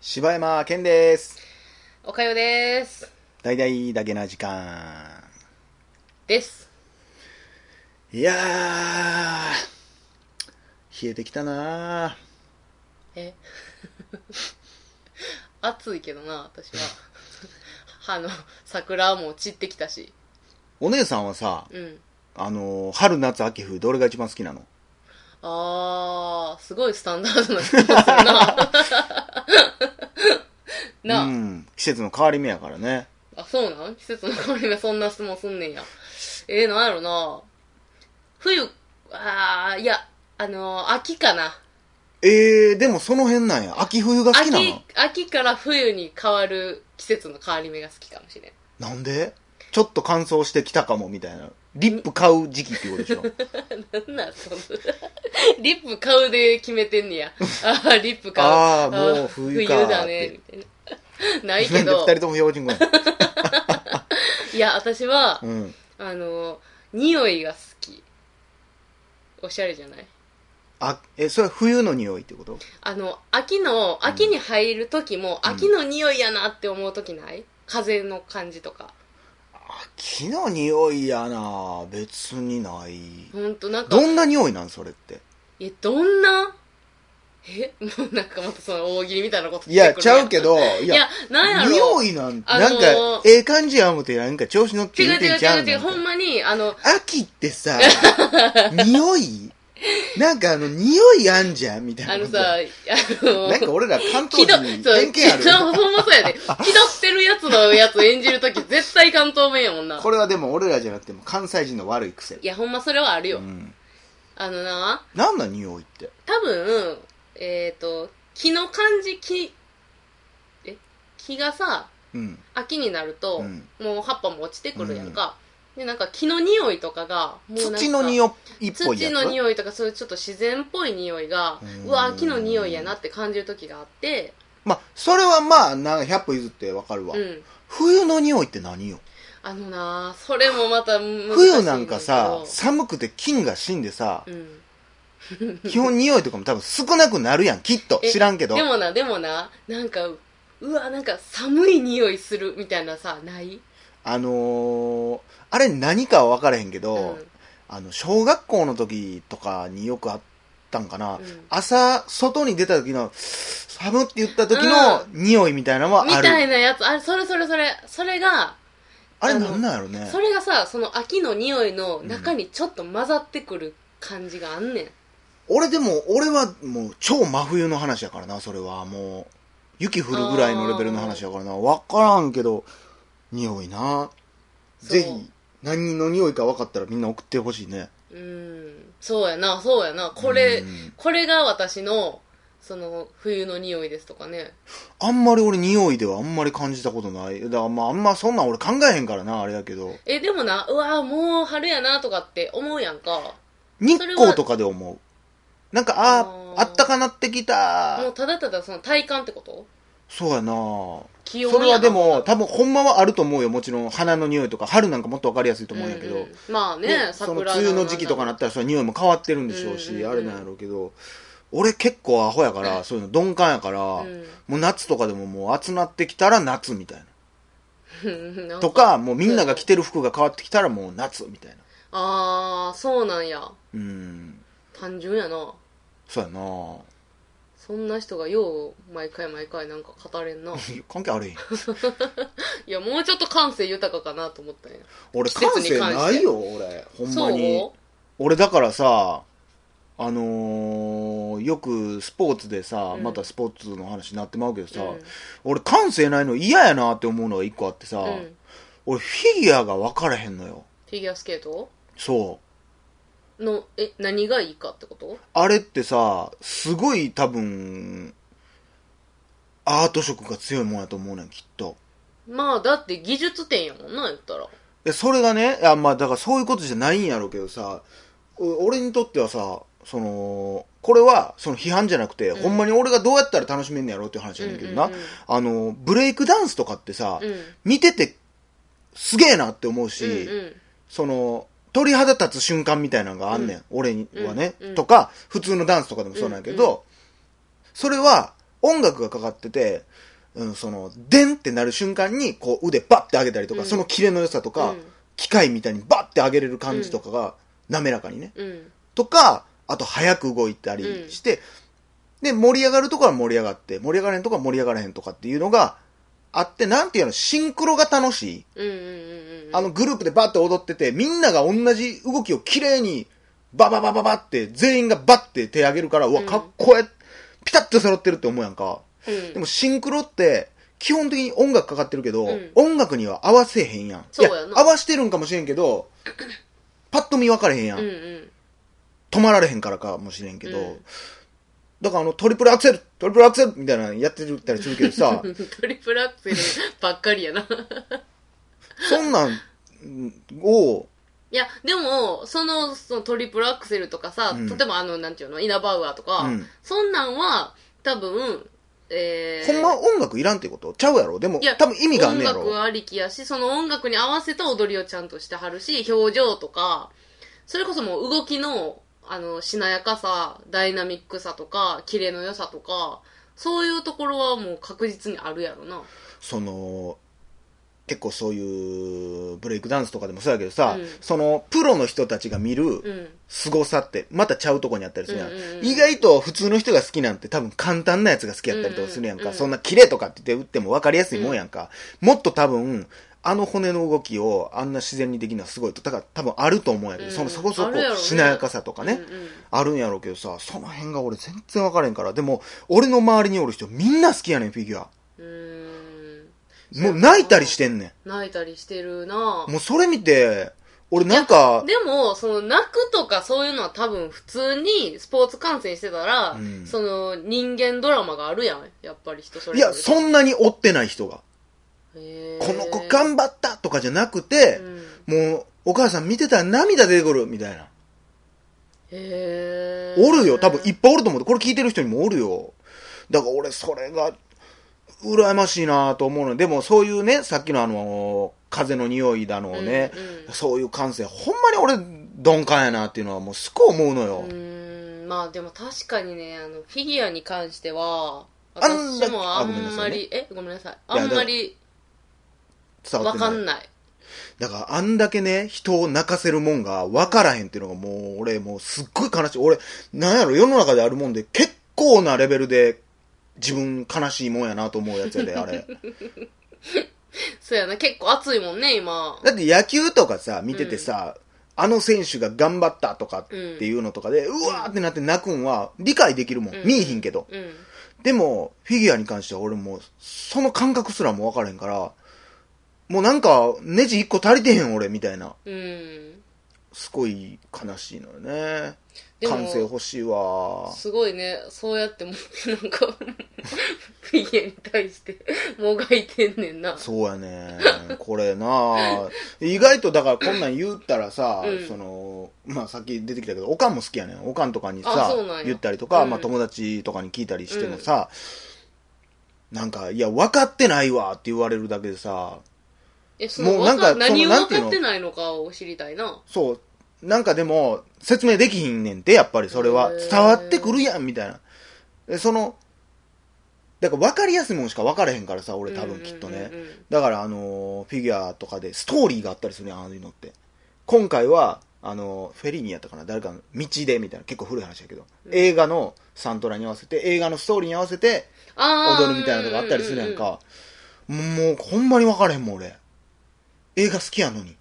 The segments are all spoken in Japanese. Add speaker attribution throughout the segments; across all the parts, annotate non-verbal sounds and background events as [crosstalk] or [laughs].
Speaker 1: 柴山健です。
Speaker 2: おかよです。
Speaker 1: 大々だけな時間。
Speaker 2: です。
Speaker 1: いやー、冷えてきたな
Speaker 2: え [laughs] 暑いけどな、私は。 [laughs] あの、桜も散ってきたし。
Speaker 1: お姉さんはさ、
Speaker 2: うん。
Speaker 1: あのー春、夏、秋、冬、どれが一番好きなの
Speaker 2: あー、すごいスタンダードな気 [laughs] がするな。なあ、
Speaker 1: うん。季節の変わり目やからね。
Speaker 2: あ、そうなん季節の変わり目そんな質問すんねんや。えー、なんやろな。冬、あー、いや、あのー秋かな。
Speaker 1: えー、でもその辺なんや。秋、冬が好きなの
Speaker 2: 秋、秋から冬に変わる季節の変わり目が好きかもしれん。
Speaker 1: なんでちょっと乾燥してきたかも、みたいな。リップ買う時期っていうことでし
Speaker 2: [laughs]
Speaker 1: ょ。
Speaker 2: なんなんそのリップ買うで決めてんねや。あーリップ買う。
Speaker 1: あーもう
Speaker 2: あー
Speaker 1: 冬かーって
Speaker 2: だね、みたいな。ない
Speaker 1: な
Speaker 2: け
Speaker 1: ん [laughs] で二
Speaker 2: ど、
Speaker 1: 人とも標準語やん。
Speaker 2: いや、私は、
Speaker 1: うん。
Speaker 2: あの、匂いが好き。おしゃれじゃない
Speaker 1: あ、え、それは冬の匂いってこと
Speaker 2: あの、秋の、秋に入る時も、
Speaker 1: うん
Speaker 2: 秋の匂いやなって思う時ない風の感じとか。
Speaker 1: 秋の匂いやな別にない。
Speaker 2: ほんと、なんか
Speaker 1: ど、んな匂いなんそれって。
Speaker 2: え、どんなえ [laughs] もうなんかまたその大喜利みたいなこと
Speaker 1: いや、ちゃうけ
Speaker 2: ど。
Speaker 1: ど、
Speaker 2: い
Speaker 1: い
Speaker 2: や
Speaker 1: や、、
Speaker 2: なんや
Speaker 1: 匂
Speaker 2: ろ
Speaker 1: いなんて、
Speaker 2: あのー
Speaker 1: なんか、ええ感じや思って、なんか調子乗って
Speaker 2: 違
Speaker 1: 言
Speaker 2: う
Speaker 1: うて
Speaker 2: 違
Speaker 1: ん
Speaker 2: う
Speaker 1: ちゃう
Speaker 2: 違う
Speaker 1: の
Speaker 2: 違う、ほんまに、あの、
Speaker 1: 秋って
Speaker 2: [laughs]
Speaker 1: さ、匂いなんかあの、匂いあんじゃんみたいな。
Speaker 2: あのさ、あの、
Speaker 1: なんか俺ら関
Speaker 2: 気
Speaker 1: 東
Speaker 2: ど、
Speaker 1: 人に偏見あるよ
Speaker 2: そう、ほんまそうやで。気
Speaker 1: [laughs]
Speaker 2: 取ってるやつのやつ演じるとき、絶対関東弁やもんな。
Speaker 1: これはでも俺らじゃなくても関西人の悪い癖。
Speaker 2: いや、ほんまそれはある
Speaker 1: う
Speaker 2: よ。
Speaker 1: ん。
Speaker 2: あのな、
Speaker 1: なんなん匂いって。
Speaker 2: 多分、えっ、と、気の感じ、気、え、気がさ、
Speaker 1: うん。
Speaker 2: 秋になると、
Speaker 1: うん
Speaker 2: もう葉っぱも落ちてくるやんか。で、なんか気の匂いとかが、もうなんか
Speaker 1: 土の匂いっぽいやつ。
Speaker 2: 土の匂いとかそういうちょっと自然っぽい匂いが
Speaker 1: うん
Speaker 2: うわ秋の匂いやなって感じる時があって
Speaker 1: まあ、それはまあ、なんか100歩譲ってわかるわ。
Speaker 2: うん
Speaker 1: 冬の匂いって何よ
Speaker 2: あのなあそれもまた難しいだけど
Speaker 1: 冬なんかさ、寒くて菌が死んでさ
Speaker 2: う、ん
Speaker 1: 基本匂いとかも多分少なくなるやん、きっと。
Speaker 2: え
Speaker 1: 知らんけど
Speaker 2: で。もなでもななんかうわなんか寒い匂いするみたいなさない
Speaker 1: あのー、あれ何かは分からへんけど、
Speaker 2: うん
Speaker 1: あの、小学校の時とかによくあったんかな。
Speaker 2: うん
Speaker 1: 朝、外に出た時の、寒って言った時の匂いみたいなのは
Speaker 2: み
Speaker 1: あ
Speaker 2: たい
Speaker 1: る。
Speaker 2: なやつあれそれそれそれそれが
Speaker 1: あれなんなんやろね
Speaker 2: そ。れがさその秋の匂いの中にちょっと混ざってくる感じがあんねん、
Speaker 1: 俺でも、俺はもう超真冬の話やからな、それは。もう、雪降るぐらいのレベルの話やからな。わからんけど、匂いな。
Speaker 2: そう
Speaker 1: ぜひ、何の匂いか分かったらみんな送ってほしいね。
Speaker 2: うんそうやなそうやなこ
Speaker 1: う
Speaker 2: れ
Speaker 1: ん
Speaker 2: これが私のその冬の匂いですとかね
Speaker 1: あんまり俺匂いではあんまり感じたことない。だからまああんまそんなん俺考えへんからな、あれだけど。
Speaker 2: えでもなうわもう春やなとかって思うやんか
Speaker 1: 日光とかで思う。なんか、あ
Speaker 2: あ
Speaker 1: あ、
Speaker 2: ー
Speaker 1: あったかなってき
Speaker 2: も
Speaker 1: た
Speaker 2: う。ただただその体感ってこと
Speaker 1: そうやな
Speaker 2: 気温
Speaker 1: それ
Speaker 2: や
Speaker 1: は
Speaker 2: な
Speaker 1: でも、多分ほんまはあると思うよ。もちろん花の匂いとか、春なんかもっとわかりやすいと思うんやけど。
Speaker 2: んんまあね
Speaker 1: ねその梅雨の時期とかなったらその匂いも変わってるんでしょうし、
Speaker 2: うんうんうん
Speaker 1: あれなんやろうけど俺結構アホやからそういうの鈍感やから、
Speaker 2: ん
Speaker 1: もう夏とかでももう暑なってきたら夏みたいな
Speaker 2: ら [laughs]
Speaker 1: とかもうみんなが着てる服が変わってきたらもう夏みたいな
Speaker 2: ああそうなんや
Speaker 1: うん
Speaker 2: 単純やな
Speaker 1: そうやな [laughs]
Speaker 2: そんな人がよう毎回毎回なんか語れん
Speaker 1: [laughs]
Speaker 2: な
Speaker 1: 関係あるへん
Speaker 2: いやもうちょっと感性豊かかなと思ったんや
Speaker 1: 俺
Speaker 2: 季節
Speaker 1: 感
Speaker 2: に関して
Speaker 1: 性ないよ俺ほんまに
Speaker 2: そう
Speaker 1: 俺だからさあのーよくスポーツでさ、
Speaker 2: うん
Speaker 1: またスポーツの話になってまうけどさ、
Speaker 2: うん
Speaker 1: 俺感性ないの嫌やなって思うのが一個あってさ、
Speaker 2: うんフ
Speaker 1: 俺フィギュアが分からへんのよ
Speaker 2: ィギュアスケート
Speaker 1: そう
Speaker 2: のえ何がいいかってこと
Speaker 1: あれってさすごい多分アート色が強いもんやと思うねんきっと
Speaker 2: まあだって技術点やもんな言ったら
Speaker 1: でそれがねいやまあだからそういうことじゃないんやろうけどさお俺にとってはさそのこれはその批判じゃなくて、
Speaker 2: ん
Speaker 1: ほんまに俺がどうやったら楽しめんねやろうっていう話やねんけどな、
Speaker 2: うんうんうん
Speaker 1: あのブレイクダンスとかってさ、
Speaker 2: うん
Speaker 1: 見ててすげえなって思うし、
Speaker 2: うんうん
Speaker 1: その、鳥肌立つ瞬間みたいなのがあんねん。俺にはね、
Speaker 2: うんうん
Speaker 1: とか、普通のダンスとかでもそうなんやけど、それは、音楽がかかってて、うん、その、でんってなる瞬間に、こう腕バッて上げたりとか、
Speaker 2: うん
Speaker 1: そのキレの良さとか、
Speaker 2: うん
Speaker 1: 機械みたいにバッて上げれる感じとかが、滑らかにね。
Speaker 2: うん。
Speaker 1: とか、あと早く動いたりして、で、盛り上がるところは盛り上がって、盛り上がれへんところは盛り上がらへんとかっていうのがあって、なんていうの、シンクロが楽しい。
Speaker 2: うんうんうんうん。
Speaker 1: あのグループでバッて踊ってて、みんなが同じ動きを綺麗に、バババババって、全員がバッて手上げるから、うわ、
Speaker 2: うん
Speaker 1: かっこええ、ピタッと揃ってるって思うやんか。
Speaker 2: うん、
Speaker 1: でもシンクロって、基本的に音楽かかってるけど、
Speaker 2: うん
Speaker 1: 音楽には合わせへんやん。
Speaker 2: そうやない
Speaker 1: 合わしてるんかもしれんけど、パッと見分かれへんや
Speaker 2: うんうん。
Speaker 1: 止まられへんからかもしれんけど、
Speaker 2: うん
Speaker 1: だからあのトリプルアクセルトリプルアクセルみたいなのやってたりするけど
Speaker 2: [laughs]
Speaker 1: さ
Speaker 2: トリプルアクセルばっかりや
Speaker 1: [laughs]
Speaker 2: な。
Speaker 1: そんなんを
Speaker 2: いや、でも、その、そのトリプルアクセルとかさ、
Speaker 1: うん
Speaker 2: とてもあの、なんていうの、イナバウアーとか、
Speaker 1: うん
Speaker 2: そんなんは、多分、えー、
Speaker 1: ほんま音楽いらんってことちゃうやろでも
Speaker 2: いや
Speaker 1: 多分意味があんねや
Speaker 2: 音楽
Speaker 1: ろ
Speaker 2: ありきやし、その音楽に合わせた踊りをちゃんとしてはるし、表情とか、それこそもう動きの、あの、しなやかさ、ダイナミックさとか、キレの良さとか、そういうところはもう確実にあるやろな。
Speaker 1: その結構そういうブレイクダンスとかでもそうやけどさ、
Speaker 2: うん
Speaker 1: そのプロの人たちが見
Speaker 2: う
Speaker 1: る
Speaker 2: ん。
Speaker 1: 凄さってまたちゃうとこにあったりするやん,、
Speaker 2: うんうんうん
Speaker 1: 意外と普通の人が好きなんて多分簡単なやつが好きやったりとかするやんか、
Speaker 2: うんうんうん
Speaker 1: そんな綺麗とかって言って打っても分かりやすいもんやんか、もっと多分あの骨の動きをあんな自然にできるのはすごいとだから多分あると思うんやけど、
Speaker 2: うん
Speaker 1: そのそこそ
Speaker 2: あ
Speaker 1: こ
Speaker 2: るやろね
Speaker 1: しなやかさとかね、
Speaker 2: うんうん
Speaker 1: あるんやろうけどさその辺が俺全然分からへんからでも俺の周りにおる人みんな好きやねんフィギュア
Speaker 2: うーん。
Speaker 1: もう泣いたりしてんね
Speaker 2: 泣いたりしてるな
Speaker 1: ん
Speaker 2: ぁ
Speaker 1: もうそれ見て俺なんか
Speaker 2: でも、その泣くとかそういうのは多分普通にスポーツ観戦してたら、
Speaker 1: うん
Speaker 2: その人間ドラマがあるやん。やっぱり人それ
Speaker 1: い
Speaker 2: ぞれ
Speaker 1: やそんなに追ってない人が
Speaker 2: へー
Speaker 1: この子頑張ったとかじゃなくて、
Speaker 2: うん
Speaker 1: もう、お母さん見てたら涙出てくる、みたいな。
Speaker 2: へー
Speaker 1: おるよ、多分いっぱいおると思う。これ聞いてる人にもおるよ。だから俺、それが、羨ましいなと思うの。でも、そういうね、さっきのあの、風の匂いだのをね、
Speaker 2: うんうん
Speaker 1: そういう感性、ほんまに俺、鈍感やなっていうのは、もうすごい思うのよ。
Speaker 2: うーんまあでも確かにねあのフィギュアに関しては
Speaker 1: あんな
Speaker 2: 私もあ
Speaker 1: あごめんなんさ
Speaker 2: ま
Speaker 1: いね
Speaker 2: りえごめんなさい
Speaker 1: や
Speaker 2: あんまり
Speaker 1: 伝わっ
Speaker 2: わ
Speaker 1: て
Speaker 2: か
Speaker 1: ない。
Speaker 2: んない
Speaker 1: だから、あんだけね、人を泣かせるもんが分からへんっていうのが、もう、俺、もうすっごい悲しい。俺、なんやろ、世の中であるもんで、結構なレベルで、自分悲しいもんやなと思うやつやで、あ
Speaker 2: [laughs]
Speaker 1: れ。
Speaker 2: そうやな結構熱いもんね今
Speaker 1: だって野球とかさ、見ててさ、あの選手が頑張ったとかっていうのとかで、うわーってなって泣くんは理解できるもん。
Speaker 2: うん
Speaker 1: 見えひんけど。
Speaker 2: うん
Speaker 1: でも、フィギュアに関しては俺もう、その感覚すらもわからへんから、もうなんか、ネジ一個足りてへん俺、みたいな。
Speaker 2: うん
Speaker 1: すごい悲しいのよね。
Speaker 2: でも
Speaker 1: 感性欲しいわ。
Speaker 2: すごいねそうやってもうなんか [laughs] フィギュアに対してもがいてんねんな
Speaker 1: そうやねこれなあ意外とだからこんなん言ったらさ、
Speaker 2: うん
Speaker 1: そのまあさっき出てきたけどおかんも好きやねんおかんとかに
Speaker 2: あ
Speaker 1: さ
Speaker 2: そうなんや
Speaker 1: 言ったりとか、
Speaker 2: うん
Speaker 1: まあ、友達とかに聞いたりしてもさ、なんかいや分かってないわって言われるだけでさ
Speaker 2: えそ
Speaker 1: も
Speaker 2: の
Speaker 1: うなん
Speaker 2: わ
Speaker 1: か
Speaker 2: か何を
Speaker 1: そのなん
Speaker 2: 分
Speaker 1: ていう
Speaker 2: か
Speaker 1: の
Speaker 2: ってないのかを知りたいな
Speaker 1: そうなんかでも説明できひんねんってやっぱりそれは
Speaker 2: へー
Speaker 1: 伝わってくるやんみたいなでそのだから分かりやすいもんしか分からへんからさ俺多分きっとね、
Speaker 2: うんうんうんうん
Speaker 1: だから、あのーフィギュアとかでストーリーがあったりするねんああいうのって。今回は、あのーフェリーニやったかな誰かの道でみたいな、結構古い話だけど、
Speaker 2: うん
Speaker 1: 映画のサントラに合わせて、映画のストーリーに合わせて
Speaker 2: あー
Speaker 1: 踊るみたいなのがあったりするやんか。もう、ほんまに分からへんもん、俺。映画好きやのに。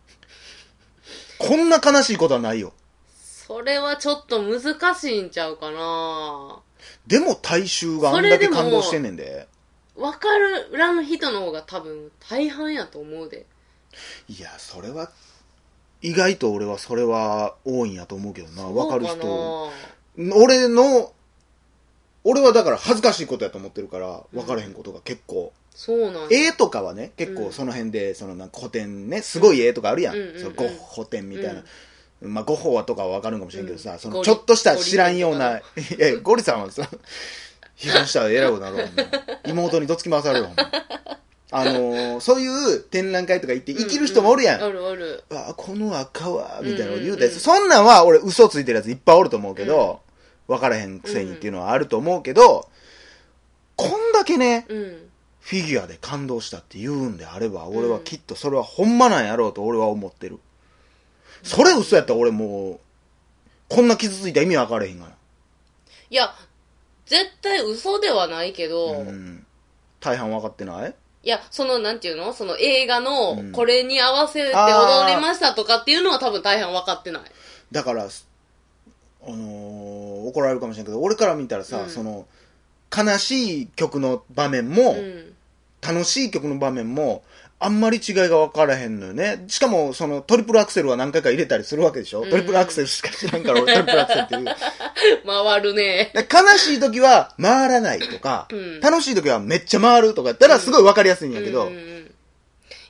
Speaker 1: こんな悲しいことはないよ。
Speaker 2: それはちょっと難しいんちゃうかな
Speaker 1: でも大衆があんだけ感動してんねんで。
Speaker 2: わからん人の方が多分大半やと思うで。
Speaker 1: いや、それは、意外と俺はそれは多いんやと思うけどな。分かる人。
Speaker 2: そう
Speaker 1: 俺の、俺はだから恥ずかしいことやと思ってるから、分からへんことが結構。
Speaker 2: そうなんや。
Speaker 1: 絵とかはね、結
Speaker 2: う
Speaker 1: 構
Speaker 2: ん
Speaker 1: その辺で、そのなんか古典ね、すごい絵とかあるやん。
Speaker 2: うんうんうん
Speaker 1: そのゴッホ展みたいな。まあ、ゴッホはとかは分かるんかもしれんけどさ、
Speaker 2: うん
Speaker 1: その
Speaker 2: ゴリ
Speaker 1: ちょっとした知らんような、い
Speaker 2: ゴ
Speaker 1: や、
Speaker 2: [laughs]
Speaker 1: ゴリさんはさ、批判したら偉いことになるわ、ほんま妹にどつき回されるわ、ほんまあのーそういう展覧会とか行って生きる人もおるやん。
Speaker 2: ううおるおる。
Speaker 1: あこの赤はみたいなこと言うた
Speaker 2: うんうんう
Speaker 1: や
Speaker 2: ん
Speaker 1: つ、そんなんは俺嘘ついてるやついっぱいおると思うけど、分からへんくせにっていうのはあると思うけど、こだけね、
Speaker 2: うん。
Speaker 1: フィギュアで感動したって言うんであれば、
Speaker 2: ん
Speaker 1: 俺はきっとそれはほんまなんやろうと俺は思ってる。それ嘘やったら俺もう、こんな傷ついた意味わかれへんがな。
Speaker 2: いや、絶対嘘ではないけど、
Speaker 1: うん。大半わかってない
Speaker 2: いや、その、なんていうのその映画
Speaker 1: う
Speaker 2: の
Speaker 1: ん、
Speaker 2: これに合わせて踊
Speaker 1: あー
Speaker 2: りましたとかっていうのは多分大半分かってない。
Speaker 1: だから、あのー怒られるかもしれんけど、俺から見たらさ、
Speaker 2: うん
Speaker 1: その、悲しい曲の場面も、
Speaker 2: うん。 [laughs]
Speaker 1: 楽しい曲の場面も、あんまり違いが分からへんのよね。しかも、その、トリプルアクセルは何回か入れたりするわけでしょ、
Speaker 2: うん
Speaker 1: トリプルアクセルしか知らんから、俺トリプルアクセルっていう。
Speaker 2: 回るね。
Speaker 1: で悲しい時は回らないとか、
Speaker 2: うん
Speaker 1: 楽しい時はめっちゃ回るとかやったらすごい分かりやすいんやけど、
Speaker 2: うんうんうん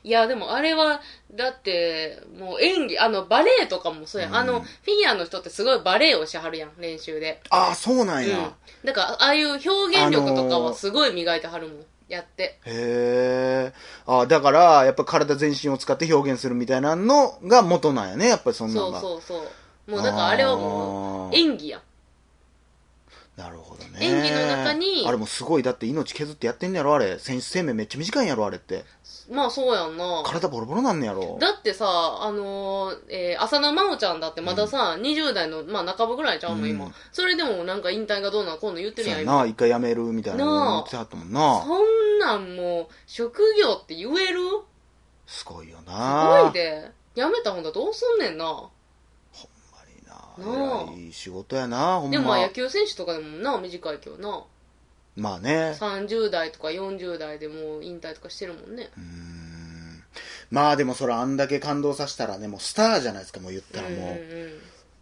Speaker 2: いや、でもあれは、だって、もう演技、あの、バレエとかもそうやん。
Speaker 1: うん
Speaker 2: あの、フィギュアの人ってすごいバレエをしはるやん、練習で。
Speaker 1: ああ、そうなんや。
Speaker 2: うん。だから、ああいう表現力とかはすごい磨いてはるもん。やって。
Speaker 1: へえ。ああ、だから、やっぱ体全身を使って表現するみたいなのが元なんやね、やっぱりそんな
Speaker 2: そ
Speaker 1: の
Speaker 2: う
Speaker 1: が。
Speaker 2: そうそう。もうだからあれはもう、演技やん。
Speaker 1: なるほどね。
Speaker 2: 演技の中に
Speaker 1: あれもすごい、だって命削ってやってんねやろ、あれ。選手生命めっちゃ短いんやろ、あれって。
Speaker 2: まあそうやんな。
Speaker 1: 体ボロボロなんねやろ。
Speaker 2: だってさ、あのーえー浅田真央ちゃんだってまださ、20代の、まあ半ばぐらいちゃうの、今。
Speaker 1: うん
Speaker 2: それでもなんか引退がどうなの今度言ってる
Speaker 1: そう
Speaker 2: やん、
Speaker 1: や
Speaker 2: 今。
Speaker 1: な、一回やめるみたいなの言ってはったもんな。
Speaker 2: そんなんもう、職業って言える
Speaker 1: すごいよ
Speaker 2: すご。
Speaker 1: ない
Speaker 2: で。やめたほんだどうすんねんな。
Speaker 1: ほんまにな。
Speaker 2: なあ
Speaker 1: 偉い仕事やな、ほん
Speaker 2: でもま
Speaker 1: ま
Speaker 2: あ。野球選手とかでもな、短いけどな。
Speaker 1: まあね。
Speaker 2: 30代とか40代でもう引退とかしてるもんね。
Speaker 1: うーんまあでもそれあんだけ感動させたらね、もうスターじゃないですか、もう言ったらもう。
Speaker 2: うんうんうん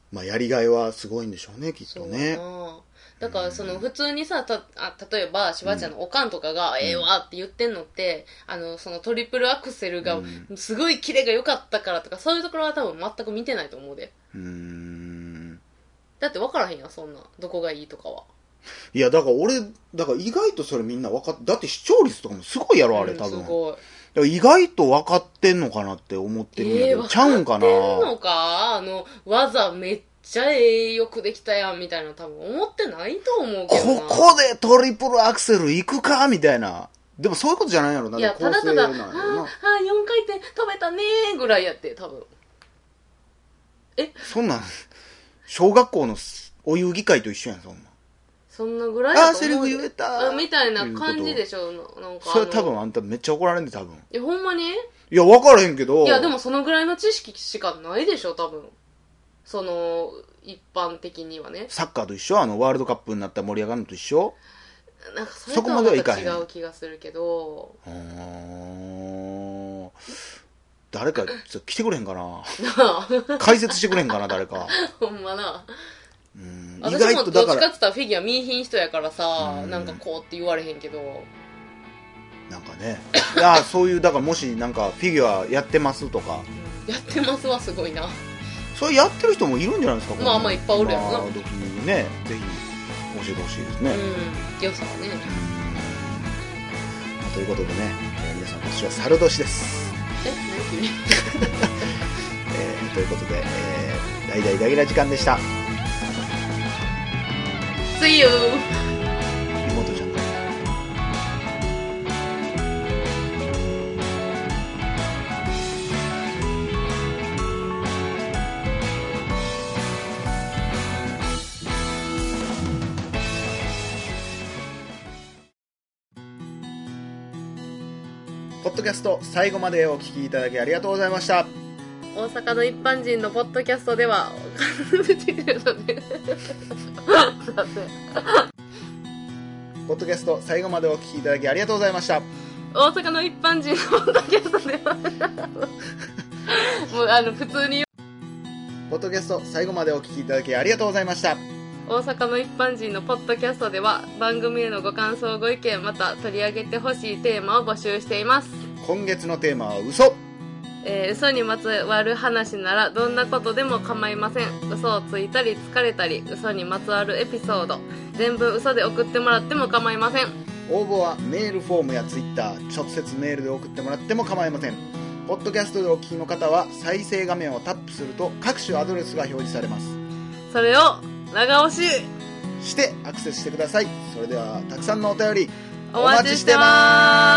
Speaker 1: まあやりがいはすごいんでしょうね、きっ
Speaker 2: そ
Speaker 1: と
Speaker 2: う
Speaker 1: ね
Speaker 2: や。なだからその普通にさたあ例えばしばちゃんのおかんとかが「ええわ」って言ってんのってあのそのトリプルアクセルが
Speaker 1: うん
Speaker 2: すごいキレが良かったからとかそういうところは多分全く見てないと思うで
Speaker 1: うーん。
Speaker 2: だって分からへんやんそんなんどこがいいとかはい
Speaker 1: や、だから俺、だから意外とそれみんな分かって、だって視聴率とかもすごいやろ、あれ
Speaker 2: うん
Speaker 1: 多
Speaker 2: す
Speaker 1: 分。だか
Speaker 2: ごい
Speaker 1: ら意外と分かってんのかなって思ってるんだ
Speaker 2: え
Speaker 1: け
Speaker 2: え
Speaker 1: ど、
Speaker 2: 分
Speaker 1: ちゃうん
Speaker 2: か
Speaker 1: か
Speaker 2: っ
Speaker 1: な
Speaker 2: てんのかあの技めっちゃええよくできたやんみたいな多分思ってないと思うけど
Speaker 1: こ
Speaker 2: な
Speaker 1: こでトリプルアクセル行くかみたいな。でもそういうことじゃないやろな。
Speaker 2: いや
Speaker 1: でも
Speaker 2: ただ
Speaker 1: 構成
Speaker 2: ただ「あ
Speaker 1: な
Speaker 2: あ
Speaker 1: んやろな。
Speaker 2: 4回転飛べたね」ぐらいやって多分
Speaker 1: そんなん、小学校のお遊戯会と一緒やん、そんなん。
Speaker 2: そんなぐらい
Speaker 1: あ
Speaker 2: だ
Speaker 1: ー
Speaker 2: と
Speaker 1: セ
Speaker 2: 思
Speaker 1: リ
Speaker 2: う
Speaker 1: フ言えた
Speaker 2: あみたいな感じでしょななんかあの
Speaker 1: それ多分あんためっちゃ怒られんで、多分。
Speaker 2: いやほんまに
Speaker 1: いや、分からへんけど。
Speaker 2: いやでもそのぐらいの知識しかないでしょ多分その一般的にはね
Speaker 1: サッカーと一緒あの、ワールドカップになったら盛り上がるのと一緒
Speaker 2: なんかそれ
Speaker 1: そ
Speaker 2: と
Speaker 1: こ
Speaker 2: は
Speaker 1: ま
Speaker 2: ま
Speaker 1: で
Speaker 2: た
Speaker 1: はいかへん
Speaker 2: 違う気がする
Speaker 1: [laughs]
Speaker 2: けど
Speaker 1: うーん。誰か、ちょ来てくれへんかな。
Speaker 2: なあ
Speaker 1: 解説してくれへんかな、誰か。
Speaker 2: ほんまな
Speaker 1: うん。意
Speaker 2: 私
Speaker 1: 外
Speaker 2: も
Speaker 1: と
Speaker 2: ど
Speaker 1: だ
Speaker 2: っち
Speaker 1: か
Speaker 2: かっ
Speaker 1: ら、
Speaker 2: つったらフィギュア見いひん人やからさ
Speaker 1: うん
Speaker 2: なんかこうって言われへんけど
Speaker 1: なんかね。いや、そういう、だからもしなんかフィギュアやってますとか、
Speaker 2: やってますはすごいな
Speaker 1: それやってる人もいるんじゃないですか
Speaker 2: まあまあいっぱいおるやろな
Speaker 1: 今時にね、ぜひ教えてほしいですね。
Speaker 2: う
Speaker 1: うん
Speaker 2: ん良さはね
Speaker 1: まあということでね、えー皆さん、私は猿年です。
Speaker 2: え何急に
Speaker 1: えーということで、えー、大々大々な時間でした。
Speaker 2: See you!
Speaker 1: 妹ちゃんがポッドキャスト最後までお聞きいただきありがとうございました。
Speaker 2: 大阪の一般人のポッドキャストでは
Speaker 1: ポッドキャスト最後までお聞きいただきありがとうございました。
Speaker 2: 大阪の一般人のポッドキャストではもうあの普通に
Speaker 1: ポッドキャスト最後までお聞きいただきありがとうございました。
Speaker 2: 大阪の一般人のポッドキャストでは番組へのご感想ご意見また取り上げてほしいテーマを募集しています、
Speaker 1: 今月のテーマは嘘。
Speaker 2: えー嘘にまつわる話ならどんなことでも構いません嘘をついたり疲れたり嘘にまつわるエピソード全部嘘で送ってもらっても構いません
Speaker 1: 応募はメールフォームやツイッター直接メールで送ってもらっても構いませんポッドキャストでお聞きの方は再生画面をタップすると各種アドレスが表示されます
Speaker 2: それを長押し
Speaker 1: してアクセスしてくださいそれではたくさんのお便り
Speaker 2: お
Speaker 1: お待ちしてまーす